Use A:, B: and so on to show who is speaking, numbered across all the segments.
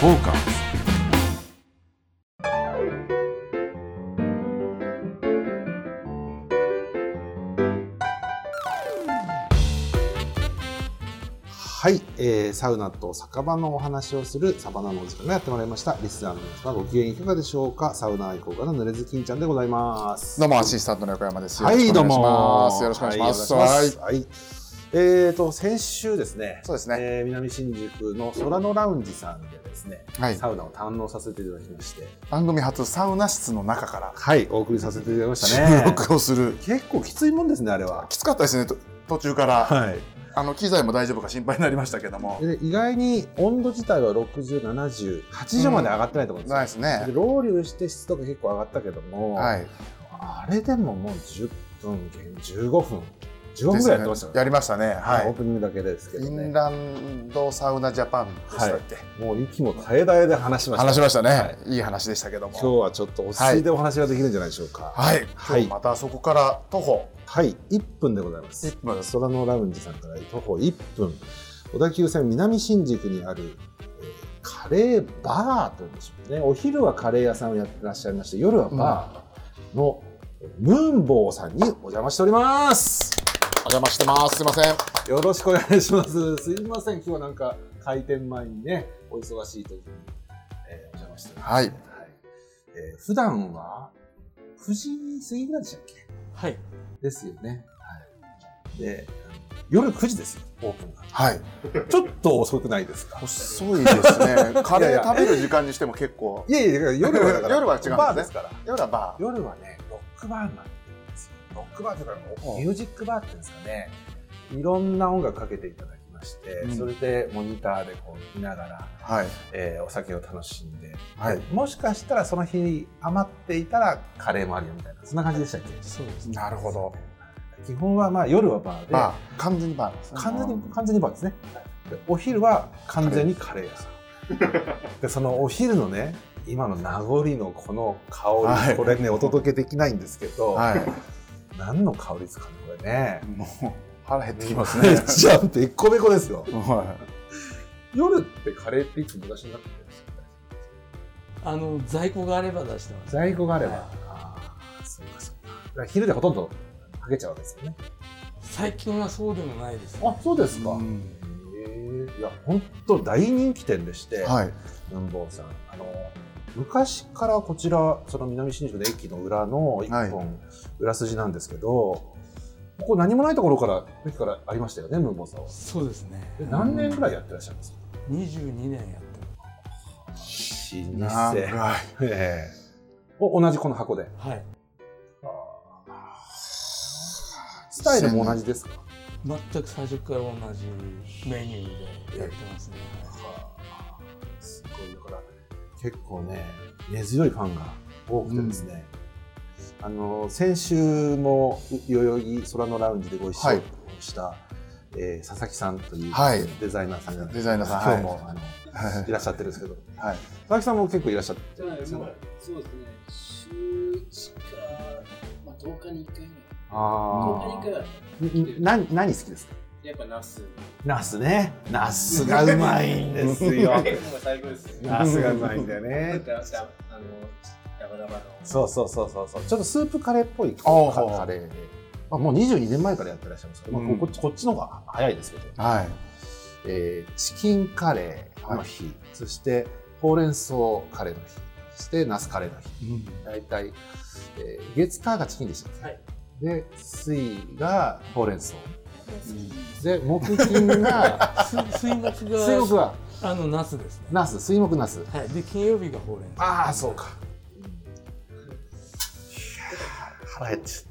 A: フォーカスはい、えー、サウナと酒場のお話をするサバナのお時間がやってまいりましたリスナーの皆様ご機嫌いかがでしょうかサウナ愛好家のぬれずきんちゃんでございます
B: どうもアシスタントの横山です。
A: はい、どうも。
B: よろしくお願いします。よろ
A: は
B: しくお願い
A: い
B: します。はい
A: はい。えーと、先週ですね、
B: そうですね
A: えー南新宿の空のラウンジさんでですね、
B: はい
A: サウナを堪能させていただきまして、
B: 番組初サウナ室の中から
A: はい、お送りさせていただきまし
B: 収
A: たね。
B: 録をする。
A: 結構きついもんですね、あれは。
B: きつかったですね。と途中から
A: はい。
B: あの機材も大丈夫か心配になりましたけども。
A: で意外に温度自体は60、70、80まで上がってないと思うんです
B: ない
A: よ。
B: ですね
A: で。ロウリュして湿度が結構上がったけども、
B: はい。
A: あれでももう10分、15分、15分ぐらいやってました
B: ですね
A: よね。
B: やりましたね。は
A: オープニングだけですけ
B: い。イ
A: どね
B: ン。ランドサウナジャパンでしたっけ。
A: もう息も絶え絶えで話しました。
B: 話しました
A: はい
B: ね。いい話でしたけど
A: 今日
B: も。
A: はちょっと落ち着いてお話ができるんじゃないでしょうか。はい、
B: は
A: は
B: い。今
A: い
B: 日またそこから徒歩
A: 1分でございます
B: 1。分です。
A: 空のラウンジさんから徒歩1分、小田急線南新宿にある、えーカレーバーというんでしょうね。お昼はカレー屋さんをやってらっしゃいまして、夜はバーの、えームーンボーさんにお邪魔しております。
B: お邪魔してます。すいません。
A: よろしくお願いします。すいません、今日はなんか開店前にね、お忙しい時に、えーお邪魔しております。
B: はい。
A: はいえー普段は9時過ぎぐらいでしたっけ
C: はい。
A: ですよね。はい、で夜9時ですよ、オープン が。
B: はい。
A: ちょっと遅くないですか
B: 遅 いですね。カ
A: い
B: レ
A: やいや
B: ー食べる時間にしても結構。
A: いやいや、夜はだから
B: 夜は違うんですね
A: バーですから。
B: 夜はバー。
A: 夜はね、ロックバーになってるんですよ。ロックバーというか、ミュージックバーっていうんですかね。いろんな音楽かけていただきまして、
B: うん
A: それでモニターでこう見ながら、
B: はい。
A: えーお酒を楽しんで、
B: はい
A: でもしかしたらその日余っていたらカレーもあるよみたいな、そんな感じでしたっけ
C: そうですね。
B: なるほど。
A: 基本はまあ夜はバーで、
B: バー、完全にバーですね。
A: 完全
B: う
A: に
B: ん
A: 完全にバーですねでお昼は完全にカレー屋 さんでそのお昼のね今の名残のこの香り、
B: はい
A: これねお届けできないんですけど、
B: は
A: 何の香りですかねこれね
B: い。もう腹減ってきます
A: め
B: ね
A: っ。ちゃべっこべこですよ
B: は
A: 夜ってカレーっていつも出しになってるんですよね
C: あの在庫があれば出してます。
A: 在庫があれば、
C: はい
A: ああそうかそうかだから昼でほとんどかけちゃうわけですよね
C: 最近はそうでもないです。
A: あそうで
B: い
A: すか、
B: う
A: へ
B: ん
A: えいや本当大人気店でして、
B: はい。
A: 文房さんあの昔からこちらその南新宿の駅の裏の一
B: はい
A: 本裏筋なんですけど、ここ何もないところから駅からありましたよね文房さんは
C: そうですね。
A: で何年ぐらいやってらっしゃいますか
C: 二十二年やって
A: 老
B: 長
A: 舗
B: い。
A: ええお同じこの箱で
C: ます。はい。
A: スタイルも同じですか
C: 全く最初から同じメニューでやってますね。
A: すごいだから結構ね根強いファンが多くてですね、あの先週もい代々木空のラウンジでご一緒
B: はい
A: した、えー佐々木さんという
B: はい
A: デザイナーさんが、
B: デザイナーさ
A: 今
B: ん
A: 日も、
B: はい
A: あの
B: はい
A: らっしゃってるんですけど
B: はい。
A: 佐々木さんも結構いらっしゃって
D: じゃないもうそうですね、週1か、まあ、10日に1回ぐらい。10日に1回
A: あ
D: は
A: な何好きですか
D: やっぱナス。
A: ナスねナスがうまいんですよ
D: もう最高ですね。
A: ナスがうまいんだよ
D: な
A: ね
D: んかだあの、ダバダバの。
A: そうそうそうそうそう。ちょっとスープカレーっぽいカ
B: ああ
A: カカレーで。まあ、もう22年前からやってらっしゃいますから、まあ、
B: うん
A: こここっちの方が早いですけど、
B: はい。
A: えーチキンカレーの日、そしてほうれん草カレーの日そしてナスカレーの日大体、えー月火がチキンでしたっけ、
D: はい
A: で水がほうれん草で木 金が
C: す水木が
A: 水木は
C: あのナスですね。
A: ナス水木ナス
C: はい。で金曜日がほうれん草。
A: ああそうか、いやー腹減っちゃっ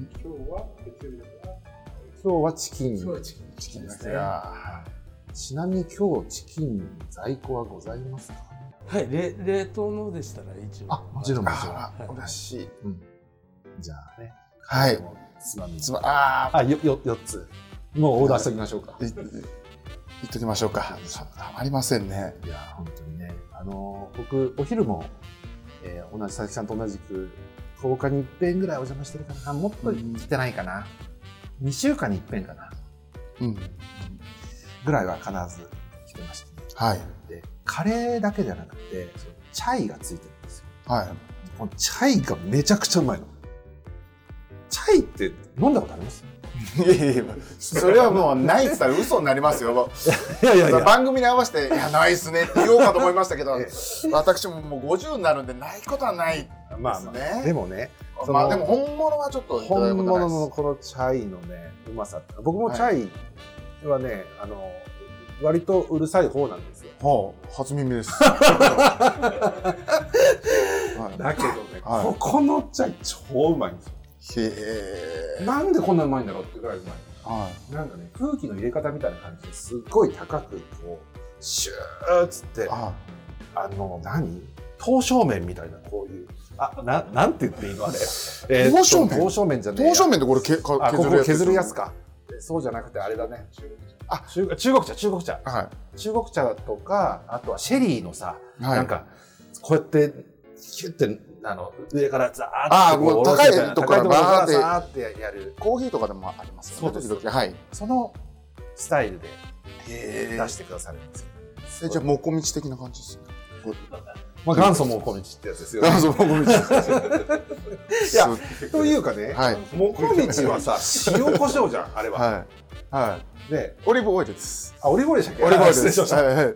A: た
D: 今日は月曜日だから。
A: 今日はチキン
D: 今日はチキン。
B: チキンです
A: ね
B: ね。は
A: ちなみに今日チキン在庫はございますか
C: はい。れ冷凍のでしたら一応。
A: あもちろん
B: い
A: もちろん、
B: あら、嬉しい。
A: じゃあね
B: はい。
A: つまみ
B: つま、あ
A: あよよ4つもうオーダーしておきましょうか、
B: ーい、いっときましょうか。たまりませんね。
A: い、や本当にねあのー僕お昼も、えー同じ佐々木さんと同じく10日に一遍ぐらいお邪魔してるかなもっと来てないかな、2週間に一遍かな
B: うん。
A: ぐらいは必ず来てましたね
B: はい。
A: でカレーだけじゃなくてそのチャイがついてるんですよ
B: はい。
A: このチャイがめちゃくちゃうまいのチャイって飲んだことあります
B: いやいやそれはもうないっつったら嘘になりますよ。
A: いやい
B: 番組に合わせて「いやないっすね」って言おうかと思いま したけど私ももう50になるんでないことはないですね。
A: まあまでもねその
B: まあでも本物はちょっといただ
A: 本
B: いたことな
A: 物
B: いです
A: のこのチャイのねうまさって僕もチャイはね、あの割とうるさい方なんですよ
B: はあ、初耳です。は
A: だけどね、
B: はい
A: ここのチャイ超うまいんですよ
B: い、へえ。
A: なんでこんなうまいんだろうってぐらいうまい
B: は
A: なんかね空気の入れ方みたいな感じですっごい高くこうシューっつって
B: い。
A: あ
B: あ、
A: の何刀削麺みたいなこういうあななんて言っていいのあれ えーっと
B: 刀削麺
A: 刀削麺じゃねえや
B: 刀削麺でこれけか
A: あここ削るやつ
B: か。
A: かそうじゃなくてあれだねあ中中国茶中国茶
B: は
A: 中国茶とかあとはシェリーのさ、
B: い。はい。
A: なんかこうやってキュッてあの上からザー
B: あー
A: ッてこ
B: も
A: う
B: う
A: 下ろして
B: 高いとこから
A: 高いところから
B: バ
A: ザーってやる
B: コーヒーとかでもあります
A: そ
B: よね。
A: うです
B: 時々はい。
A: そのスタイルで出
B: へ
A: してくださるんですよ、
B: え。じゃあもこみち的な感じですね。
A: まあ、元祖もこみちってやつですよね
B: あ、そうもこみち。
A: いやというかね、
B: はい
A: もこみちはさ塩コショウじゃんあれは、
B: はい。はい。
A: で
B: オリーブオイルです。
A: あオリーブオイルでしたっけ
B: オリーブオイル
A: 失
B: で
A: 礼し
B: す。
A: ました
B: はいはい。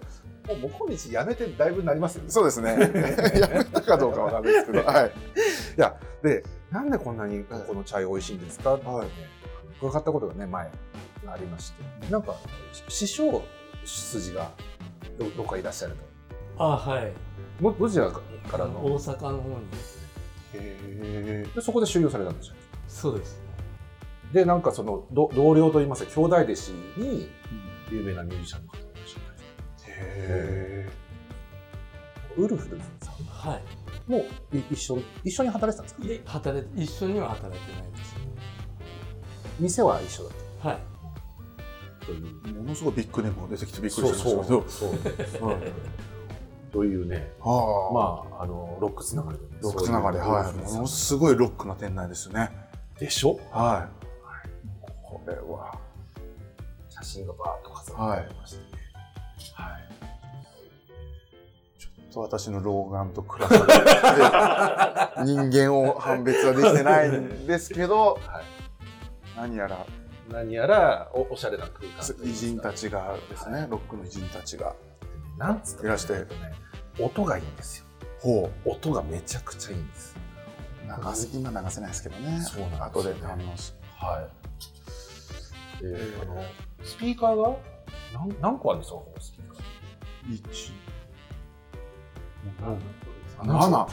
A: もうもこみちやめてだいぶなりますよね
B: そう ですね。やめたかどうかわかんないですけど。はい。
A: でなんでこんなにこのチャイ美味しいんですかってね、
B: はい
A: 伺ったことがね前ありましてなんか師匠筋がどどっかいらっしゃると
C: あはい
A: どどちらか
C: あ
A: ら
C: の大
A: の
C: 阪の方に
B: へ
A: でそこで修行されたんでしょ
C: そうです
A: でなんかそのど同僚といいますか兄弟弟子に有名なミュージシャンの方がいらっしゃったり
B: え。
A: ウルフルズさん
C: は
A: もい一緒一緒に働いてたん
C: い
A: ですか
C: で働いて一緒には働いてないです
A: 店は一緒だっ
C: はい
A: たという
B: ものすごいビッグネームが出てきてびっくり
A: そう
B: しま
A: そ
B: し
A: う
B: たけど。
A: そう というね
B: はあ。
A: まああのロックつながりで
B: ロックつながり、
A: そうう
B: はい、
A: ウルフルズさん
B: ものすごいロックな店内ですよね。
A: でしょ
B: はい。これは、
A: 写真がバーッと飾られてましたね、
B: はい。ちょっと私の老眼と比べて、人間を判別はできてないんですけ ど、
A: はい
B: 何やら
A: 何やらおおしゃれな空間というか
B: 偉人たちがですね、ロックの偉人たちが。
A: なんつって
B: いらして
A: ね音がいいんですよ
B: ほ
A: 音がめちゃくちゃいいんです
B: う。流せ今流せないですけどね。
A: そうなんですよね
B: 後で反応し
A: はいで、
B: ー
A: あのスピーカーが何何個あるんですかこのスピーカー
B: 一
A: 七
B: 七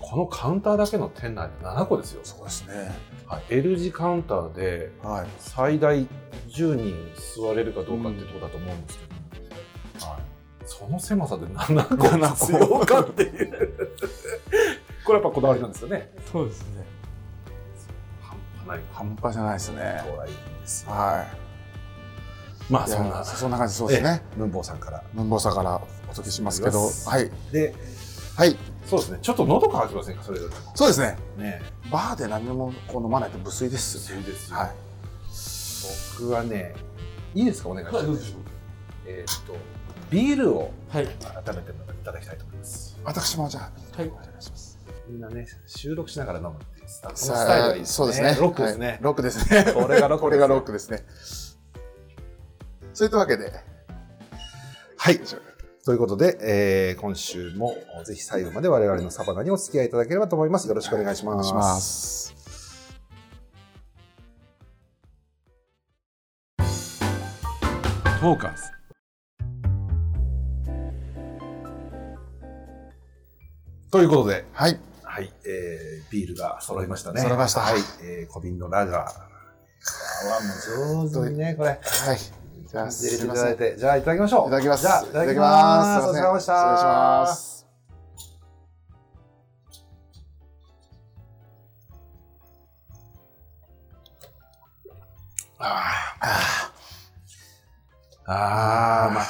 A: このカウンターだけの店内で7個ですよ、
B: そうですね。
A: はい、L 字カウンターで
B: はい。
A: 最大10人座れるかどうかってとこだと思うんですけど、はい、その狭さで7個
B: 7個
A: 必要かっていうこれやっぱこだわりなんですよね
C: そうですね
A: 半端ない
B: 半端じゃないですね。
A: とはいいんですよ
B: はい。
A: まあ
B: い
A: そんな
B: やそんな感じそうですね。
A: 文房さんから
B: 文房さからお届けしますけど、
A: あり
B: は
A: がとうご
B: い、
A: で
B: はい、
A: そうですねちょっと喉乾きませんかそれだと
B: そうですね。
A: ね
B: バーで何もこう飲まないと無粋ですよね。
A: ですよ、
B: はい、
A: 僕はねいいですかお願いしま
C: はいどうぞ
A: す、えーっとビールを
C: はい
A: 改めていただきたいと思います
B: 私もじゃあ、
C: はい
B: お願いします。
A: みんなね収録しながら飲むっていうスタこのスタイルがいいですね
B: そうですね。
A: ロックですね、
B: はいロックですね。
A: これがロックですね
B: これがロックですね。そういったわけで、はい、
A: ということで、えー今週もぜひ最後まで我々のサバナにお付き合いいただければと思います。よろしくお願いし
B: お
A: ま
B: 願い
A: す。
B: します。
A: トーカーズ。ということで、
B: はい、
A: はい、えービールが揃いましたね。
B: 揃いました
A: はい、えー小瓶のラガー。あもう上手にね、これ。
B: はい、じ
A: 入
B: ゃあ
A: れ
B: す
A: て
B: い
A: いた
B: ま
A: だ
B: せん。
A: い
B: い
A: て、じゃあいただきましょう。
B: ただきます。
A: じゃあいただきます。お疲
B: い
A: れ様
B: ただきま
A: でし
B: す
A: た。
B: いません失礼します。
A: あー、まあ。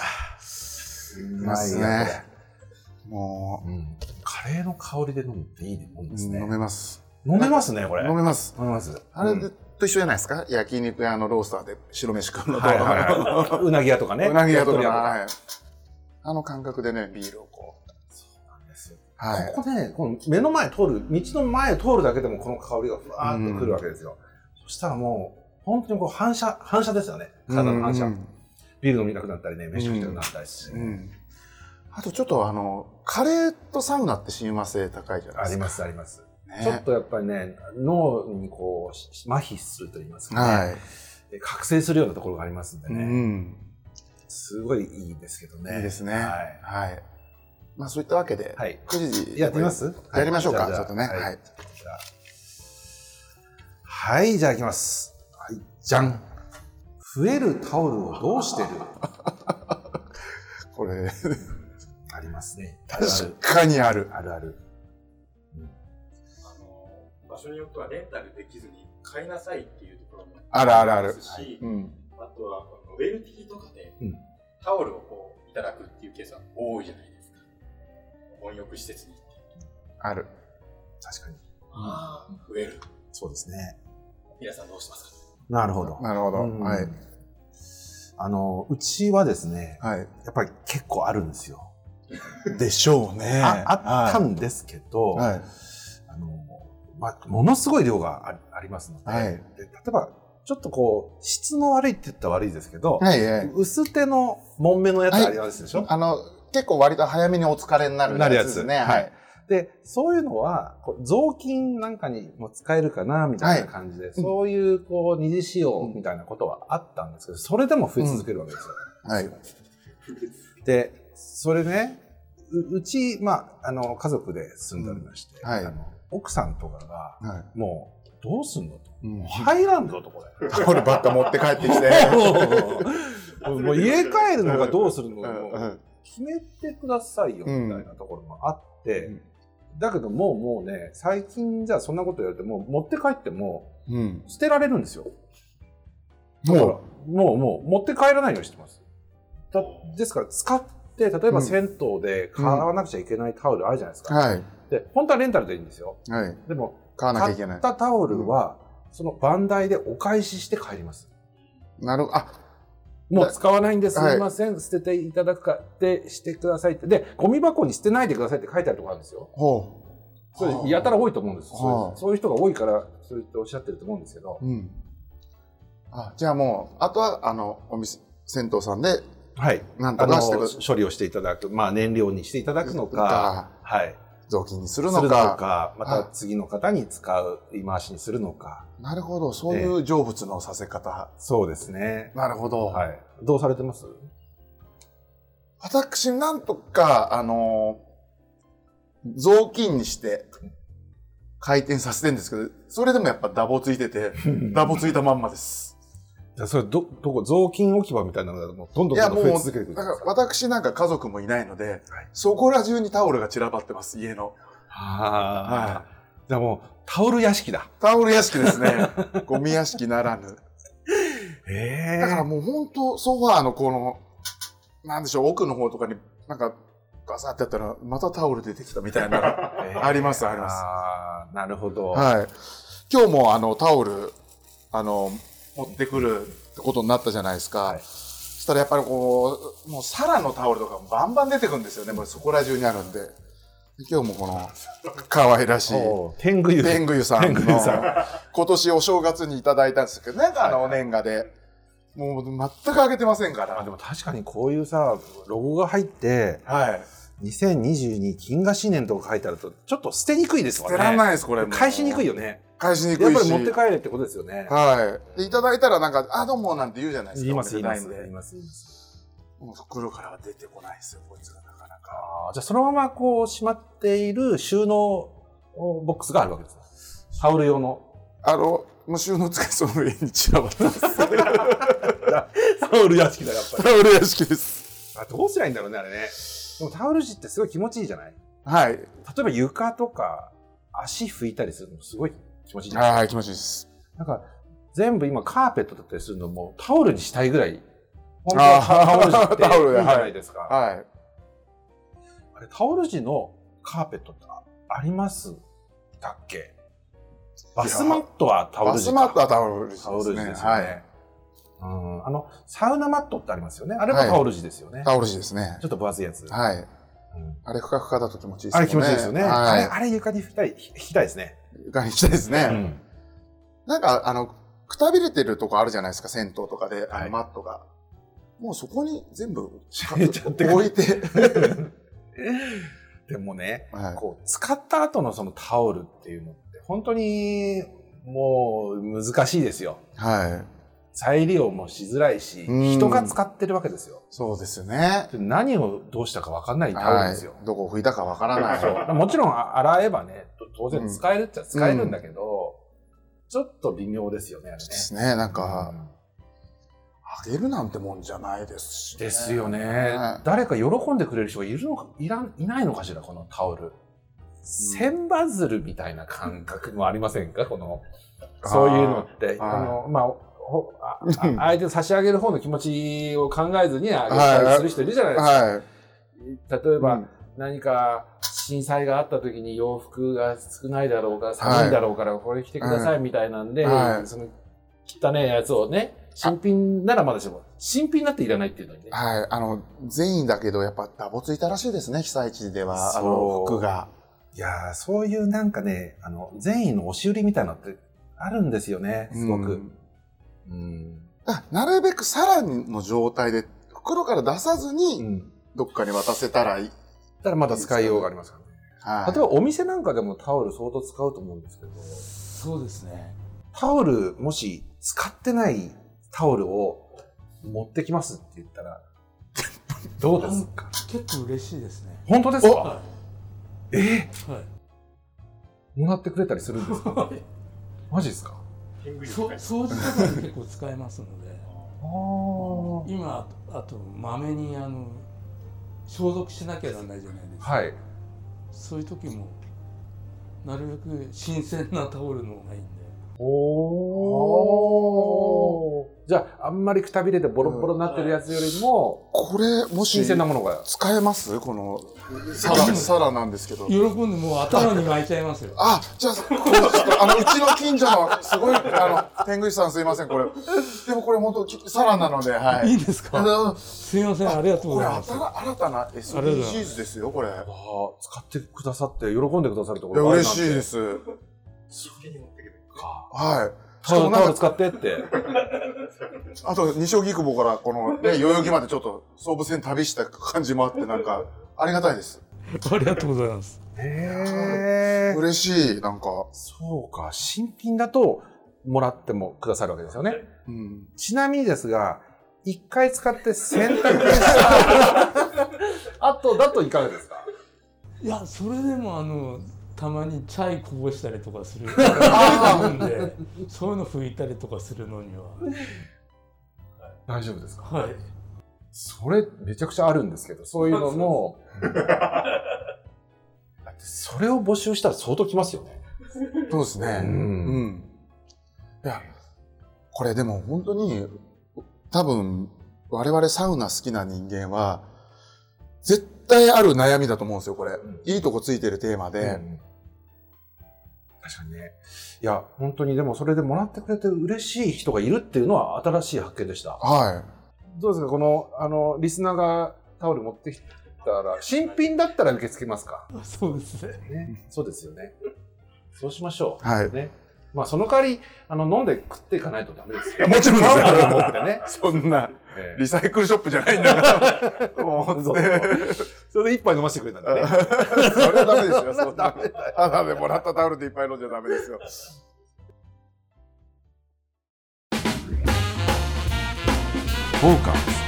B: いうま
A: ますい
B: ね
A: ね。
B: もう
A: うんカレーの香りで飲むっていいもんですね。
B: 飲めます。
A: 飲めますね、これ。
B: 飲めます。
A: 飲めます。
B: あれ
A: うん
B: と一緒じゃないですか、焼肉屋のロースターで白飯食うの と、
A: はいはいはいうなぎ屋とかね。
B: うなぎ屋とか
A: 焼
B: な
A: 鳥屋
B: はいあの感覚でね、ビールをこう。はい。
A: ここね、この目の前通る、道の前を通るだけでもこの香りがふわーっとくるわけですよ。そしたらもう、本当にこう反射、反射ですよね。体の反射。
B: うん
A: ビール飲みたくなったりね、飯食いたくなったりし、
B: うんうんあとちょっとあの、カレーとサウナって親和性高いじゃない
A: あり
B: ですか。
A: ます、あります。
B: あ
A: ちょっとやっぱりね、脳にこう、し麻痺すると言いますかね、
B: は
A: え覚醒するようなところがありますんで
B: い。う
A: ね、
B: ん。
A: すごいいいんですけどね。
B: いいですね。
A: は
B: はい。まあそういったわけで
A: い。、はい。
B: 9時
A: やってみます
B: やりましょうか
A: はいじゃあ
B: ちょっとね
A: じゃあ
B: はい
A: じゃあはい、じゃあいきます。はい、じゃん。増えるタオルをどうしてる
B: これ、
A: ありますね。あ るあ
B: 確
A: る。
B: かにある。
A: あるある。
E: あの場所によってはレンタルできずに買いなさいっていうところも
B: あるあるある
E: りますし、
B: うん。
E: あとはこのウェルティーとかで
A: うん
E: タオルをこういただくっていうケースは多いじゃないですか。温浴施設に行って
B: ある。
A: 確かに。
E: ああウェル
A: そうですね。
E: 皆さんどうしてますか
A: なるほど。
B: なるほど。
A: うん
B: はい。。
A: あの、うちはですね、
B: はい。
A: やっぱり結構あるんですよ。
B: でしょうね
A: ああった
B: は
A: んですけど、
B: い。はい
A: あのまあ、ものすごい量があありますので,、
B: はい
A: で例えばちょっとこう質の悪いって言ったら悪いですけど、
B: はいはい。
A: 薄手のもんめのやつありますでしょ、
B: あの、結構割と早めにお疲れになる
A: なるやつ
B: ですね。
A: は
B: はいい。
A: でそういうのはこう雑巾なんかにも使えるかなみたいな感じで、そういうこう二次使用みたいなことはあったんですけどそれでも増え続けるわけですよ。
B: はい。
A: でそれねううち、まあ、あの家族で住んでおりまして、
B: うんはい
A: あの奥さんとかが
B: は
A: もうどうすんのと
B: い。うん
A: 入らんぞとこれ。
B: タオルばっか持って帰ってきて。
A: もうもう家帰るのがどうするの
B: う
A: か
B: ん
A: も
B: う
A: うん決めてくださいよみたいなところもあって、
B: うん
A: だけどもうもうね最近じゃあそんなこと言われても持って帰っても
B: うん。
A: 捨てられるんですよだから
B: も
A: もうもう持って帰らないようにしてますだですから使って例え
B: う
A: ば
B: ん
A: 銭湯で買わなくちゃいけないタオルあるじゃないです
B: う、
A: か、
B: は
A: で本当はレンタルでいいんですよ
B: い。はい。
A: でも
B: 買わなきゃ
A: 買
B: いけな
A: っ
B: い。
A: たタオルは、その番台でお返しして帰ります
B: なるあ、
A: もう使わないんです、すいません、捨てていただくかってしてくださいって。で、ゴミ箱に捨てないでくださいって書いてあるところあるんですよ。
B: ほ
A: そ
B: は
A: れ
B: あ
A: やたら多いと思うんです。そう
B: は
A: いう
B: あ
A: そういう人が多いから、そう言っておっしゃってると思うんですけど
B: う。。うん。あ、じゃあもう、あとは、あの、お店、銭湯さんで、
A: はい。
B: なん
A: あ
B: と
A: の
B: かしてく、
A: 処理をしていただく、まあ燃料にしていただくのか、
B: か、
A: はい。
B: 雑巾にす
A: す
B: る
A: る
B: の
A: の
B: か。
A: か、また次の方に使う、言い回しにするのか。
B: なるほど、そういう成仏のさせ方。
A: そうですね。
B: なるほど。
A: はい。どうされて ます
B: 私、なんとか、あのー雑巾にして、回転させてんですけど、それでもやっぱダボついてて、ダボついたまんまです。
A: それ、ど、どこ、雑巾置き場みたいなのが、もうどんどんどんどん増え続けてくる
B: だから私なんか家族もいないので、
A: はい
B: そこら中にタオルが散らばってます、家の。
A: ああ。
B: は
A: じゃあもう、タオル屋敷だ
B: い。。タオル屋敷で すね。ゴミ屋敷ならぬ。
A: ええ
B: だからもう本当ソファーのこの、なんでしょう、奥の方とかになんかガサってやったら、またタオル出てきたみた いな。あります、あります。
A: あーなるほど。
B: はい。今日もあのタオル、あの、持ってくるってことになったじゃないですか。
A: はい
B: そしたらやっぱりこう、もうサラのタオルとかもバンバン出てくるんですよね。もうそこら中にあるんで。今日もこの、可愛らしい。
A: おう天狗湯。
B: 天狗湯さん
A: 天狗湯
B: の
A: さん
B: 今年お正月にいただいたんですけどね、あの年賀で。もう全くあげてませんか
A: あ
B: ら
A: で。も確かにこういうさ、ロゴが入って、
B: はい。
A: 2022金河新年とか書いてあると、ちょっと捨てにくいですわね。
B: 捨てらんないです、これもう。
A: 返しにくいよね。
B: 返しに
A: や
B: く
A: っ
B: い
A: ぱ
B: し。
A: り持って帰れってことですよね。
B: はい。で、いただいたらなんか、あ、どうもなんて言うじゃないですか。
A: 言います、
B: お
A: 言
B: め
A: いま
B: でたい
A: す、
B: んで
A: 言います。言います
B: もう袋からは出てこないですよ、こいつがなかなか。
A: あーじゃあそのままこうしまっている収納ボックスがあるわけですね。タオル用の。
B: あの、無臭の使いその上に散らばったんです。
A: タオル屋敷だ、やっぱり。
B: タオル屋敷です。
A: あどうすりゃいいんだろうね、あれね。でもタオル地ってすごい気持ちいいじゃない
B: はい。
A: 例えば床とか足拭いたりするのもすごい気持ちいいじゃない
B: はい、気持ちいいです。
A: なんか全部今カーペットだったりするのもタオルにしたいぐらい本当はタ
B: あー
A: タオル地っていいじゃ
B: タオルで
A: ないですか、
B: はい。
A: あれタオル地のカーペットってありますだっけバスマットはタオ
B: バ
A: ル地
B: ス
A: か
B: マットはタオルです
A: タオル地
B: ね。
A: ですよね、
B: はい。
A: うんあの、サウナマットってありますよね。あれもタオル地ですよね。
B: タオル地ですね
A: ちょ。っと分厚いやつ。
B: はい。
A: うん
B: あれ、ふかふかだと気持ちいいです
A: あ
B: よね。
A: れ気持ちいいですよね。あれ、
B: は
A: あれ床に引きたい、引きたいですね。
B: い。がしたいですね。
A: うん
B: なんか、あの、くたびれてるとこあるじゃないですか、銭湯とかで、あの
A: はい
B: マットが。もうそこに全部
A: 入れちゃってくる
B: 置 いて、
A: でもね、
B: はい
A: こう、使った後のそのタオルっていうのって、本当に、もう、難しいですよ。
B: はい。
A: 再利用もしづらいし、
B: うん
A: 人が使ってるわけですよ。
B: そうですよね。
A: 何をどうしたか分かんないタオル
B: は
A: ですよ。
B: い。どこを拭いたかわからない。
A: そうまあもちろんあ洗えばね、と当然使えるっちゃ使えるんだけど、ちょっと微妙ですよね、あれね。
B: ですね。なんか
A: う、ん
B: あげるなんてもんじゃないですしね、
A: ですよね、
B: はい
A: 誰か喜んでくれる人がいるのかいらんいないのかしらこのタオル千羽鶴みたいな感覚もありませんかこの
B: あー
A: そういうのって
B: はい
A: あのまあほあ あ相手を差し上げる方の気持ちを考えずにあげたり
B: はい
A: する人いるじゃないですか、
B: は
A: 例え
B: い。
A: ば、
B: うん
A: 何か震災があった時に洋服が少ないだろうから寒いだろうからこれ着てくださいみたいなんで、
B: はい
A: その汚ねえやつをね新品ならまだしも新品だっていらないっていうのにね
B: はい。あの、善意だけど、やっぱダボついたらしいですね、被災地では、あ
A: そう
B: の、服が。
A: いやーそういうなんかねあの善意の押し売りみたいなのってあるんですよねすご
B: う
A: く
B: ん。
A: うん、
B: だからなるべくさらにの状態で、袋から出さず
A: う
B: に、
A: ん、
B: どっかに渡せたらいい。
A: だからまだ使いようがありますからね
B: はい。
A: 例えばお店なんかでもタオル相当使うと思うんですけど
C: そうですね。
A: タオルもし使ってないタオルを持ってきますって言ったら どうですか
C: 結構嬉しいですね。
A: 本当ですかえ
C: は
A: ーもらってくれたりするんですか
C: い。
A: マジですか
E: 天狗
C: い。
E: に
C: そ
E: 深い
C: 掃除とかで結構使えますので、
A: は
C: 今あとまめにあの消毒しなきゃならないじゃないですか。
A: い
C: そういう時もなるべく新鮮なタオルの方がいいんで。
A: おーじゃああんまりくたびれてボロボロになってるやつよりも、
B: これ、もし
A: 新、鮮なものが
B: 使えますこの、サラ、サラなんですけど。
C: 喜んでもう頭に巻いちゃいますよ。
B: あ、じゃあ、これちょっと、あ の、うちの近所の、すごい、あの、天狗師さんすいません、これ。でもこれ本当き、サラなので、はい。
C: いいです
B: あ
C: か。
B: の
C: すいませんありがとうご
B: これ
C: ざいま
B: 新
C: す。
B: 新たな SDGs ですよ、これ。い
A: あー使ってくださって喜んでくださるとこ
B: や、
A: ろがあるな
B: 嬉
A: ん
B: していです。
E: 一気に持ってくる
A: か
B: はい。し
A: タ
B: か
A: オ
B: も
A: ル
B: なん
A: タオル使
B: か
A: ってって
B: あと、西荻窪から、この、ね、代々木までちょっと、総武線旅した感じもあって、なんか、ありがたいです。
C: ありがとうございます。
A: へえ
B: 嬉しい、なんか。
A: そうか新品だともらってもくださるわけですよね
B: うん。
A: ちなみにですが一回使って 洗濯した後だといかがですか
C: いやそれでもあのたまにチャイこぼしたりとかする
B: あ
C: なんでそういうの拭いたりとかするのには
A: 大丈夫ですか
C: はい
A: それめちゃくちゃあるんですけどそういうのもだってそれを募集したら相当きますよね
B: そうですね。
A: う
B: うんん。いや、これでも本当に、多分、我々サウナ好きな人間は、絶対ある悩みだと思うんですよ、これ。
A: ん
B: いいとこついてるテーマで。
A: うん確かにねいや本当にでもそれでもらってくれて嬉しい人がいるっていうのは新しい発見でした
B: は
A: どうですかこのあのリスナーがタオル持ってきたら新品だったら受け付けますか、
C: そうですね
A: ね、そうですよねそうしましょ。
B: い。はいう
A: ねまあその代わりあの飲んで食っていかないとダメですよ
B: もちろんですよ
A: タオル持ってね、
B: そんな、
A: ええ
B: リサイクルショップじゃないんだ から。もう、
A: そうそれで一杯飲ませてくれたんだね
B: それはダメですよ。
A: そ
B: そ
A: ん
B: ん
A: な
B: な。ただでもらったタオルでいっぱい飲んじゃダメですよ。
A: フォーカス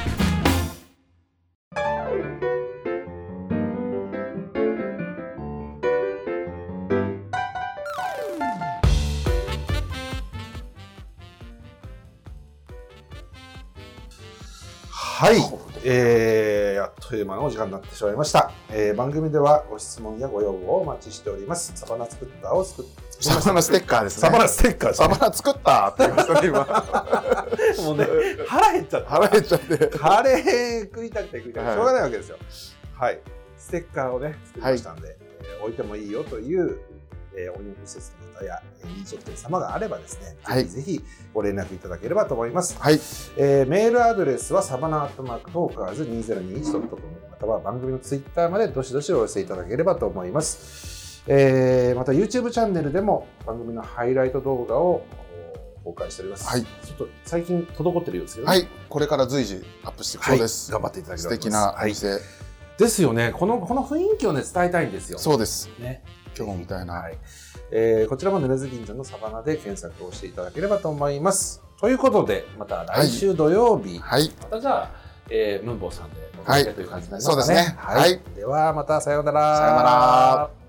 A: はい、えー、あっという間のお時間になってしまいました、えー、番組ではご質問やご要望をお待ちしておりますサバナ作ったを作っ
B: サバナステッカーですね。
A: ナステッカー
B: サバナ作ったって言いましたね、今。
A: もうね腹減っちゃった
B: 腹減っちゃって。
A: カレー食いたくて食いたくて
B: はい
A: しょうがないわけですよ。はい。ステッカーをね、作りましたんで、えー置いてもいいよという、ええー、お湯の施設の方やえー飲食店様があればですね、
B: はい
A: ぜひぜひご連絡いただければと思います。
B: はい。
A: えーメールアドレスはサバナアットマークトーカーズ 2021.com または番組のツイッターまでどしどしお寄せいただければと思います、えーまた YouTube チャンネルでも番組のハイライト動画をお公開しております、
B: はい
A: ちょっと最近滞ってるようですけどね、
B: はい。これから随時アップしていくそうです。
A: はい頑張っていただきた
B: 素
A: いと思い
B: 敵
A: ます
B: なお店、
A: ですよねこのこの雰囲気をね伝えたいんですよ
B: そうです。
A: ね
B: 今日みたいな。
A: はいえーこちらもぬれず銀座のサバナで検索をしていただければと思いますということでまた来週土曜日、
B: はい。
A: またじゃあ、えー、ムンボウさんで、
B: はい
A: という感じになりますかね。
B: そうですね
A: はい。
B: はい
A: では、またさようなら。
B: さようなら。